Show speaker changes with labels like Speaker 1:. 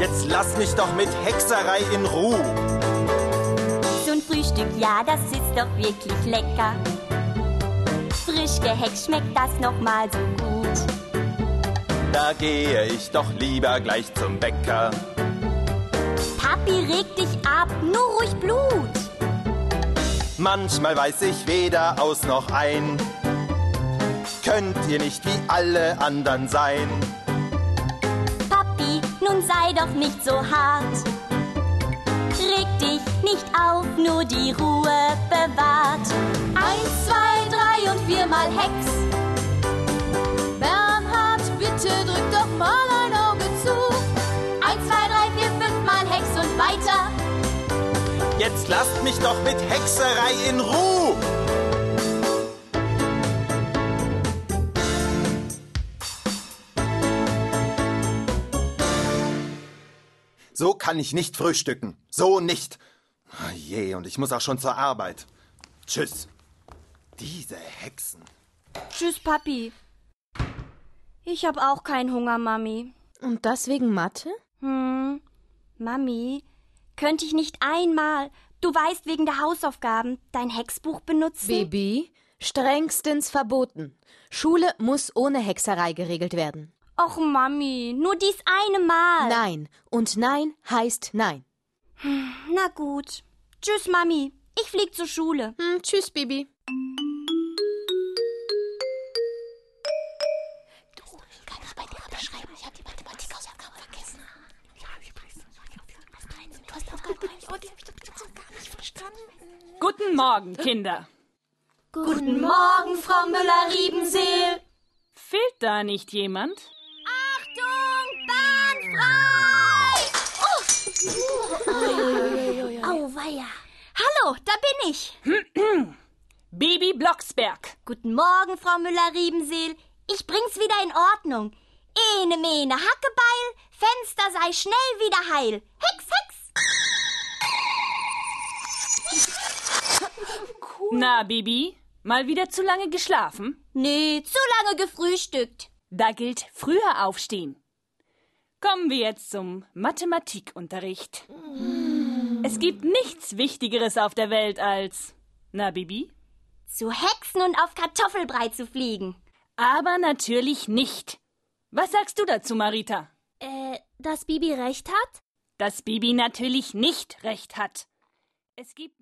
Speaker 1: Jetzt lass mich doch mit Hexerei in Ruhe.
Speaker 2: So ein Frühstück, ja, das ist doch wirklich lecker. Frisch gehackt schmeckt das nochmal so gut.
Speaker 1: Da gehe ich doch lieber gleich zum Bäcker.
Speaker 2: Papi, reg dich ab, nur ruhig Blut.
Speaker 1: Manchmal weiß ich weder aus noch ein. Könnt ihr nicht wie alle anderen sein?
Speaker 2: Papi, nun sei doch nicht so hart. Reg dich nicht auf, nur die Ruhe bewahrt. Eins, zwei, drei und viermal Hex. Bernhard, bitte drück doch mal ein Auge zu. Eins, zwei, drei, vier, fünfmal Hex und weiter.
Speaker 1: Jetzt lasst mich doch mit Hexerei in Ruhe. So kann ich nicht frühstücken. So nicht. Oh je, und ich muss auch schon zur Arbeit. Tschüss. Diese Hexen.
Speaker 3: Tschüss, Papi. Ich hab auch keinen Hunger, Mami.
Speaker 4: Und das wegen Mathe?
Speaker 3: Hm, Mami, könnte ich nicht einmal, du weißt wegen der Hausaufgaben, dein Hexbuch benutzen?
Speaker 4: Baby, strengstens verboten. Schule muss ohne Hexerei geregelt werden.
Speaker 3: Och, Mami, nur dies eine Mal.
Speaker 4: Nein. Und nein heißt nein.
Speaker 3: Na gut. Tschüss, Mami. Ich flieg zur Schule.
Speaker 4: Hm, tschüss, Bibi.
Speaker 5: Guten Morgen, Kinder.
Speaker 2: Guten Morgen, Frau Müller-Riebenseel.
Speaker 5: Fehlt da nicht jemand?
Speaker 2: Achtung, Bahn frei! Auweia.
Speaker 3: Oh. Hallo, da bin ich.
Speaker 5: Baby Blocksberg.
Speaker 2: Guten Morgen, Frau Müller-Riebenseel. Ich bring's wieder in Ordnung. Ene, mene, Hackebeil, Fenster sei schnell wieder heil. Hex, Hex!
Speaker 5: Na, Baby, mal wieder zu lange geschlafen?
Speaker 2: Nee, zu lange gefrühstückt.
Speaker 5: Da gilt früher aufstehen. Kommen wir jetzt zum Mathematikunterricht. Es gibt nichts Wichtigeres auf der Welt als. Na, Bibi?
Speaker 2: Zu Hexen und auf Kartoffelbrei zu fliegen.
Speaker 5: Aber natürlich nicht. Was sagst du dazu, Marita?
Speaker 2: Äh, dass Bibi recht hat?
Speaker 5: Dass Bibi natürlich nicht recht hat. Es gibt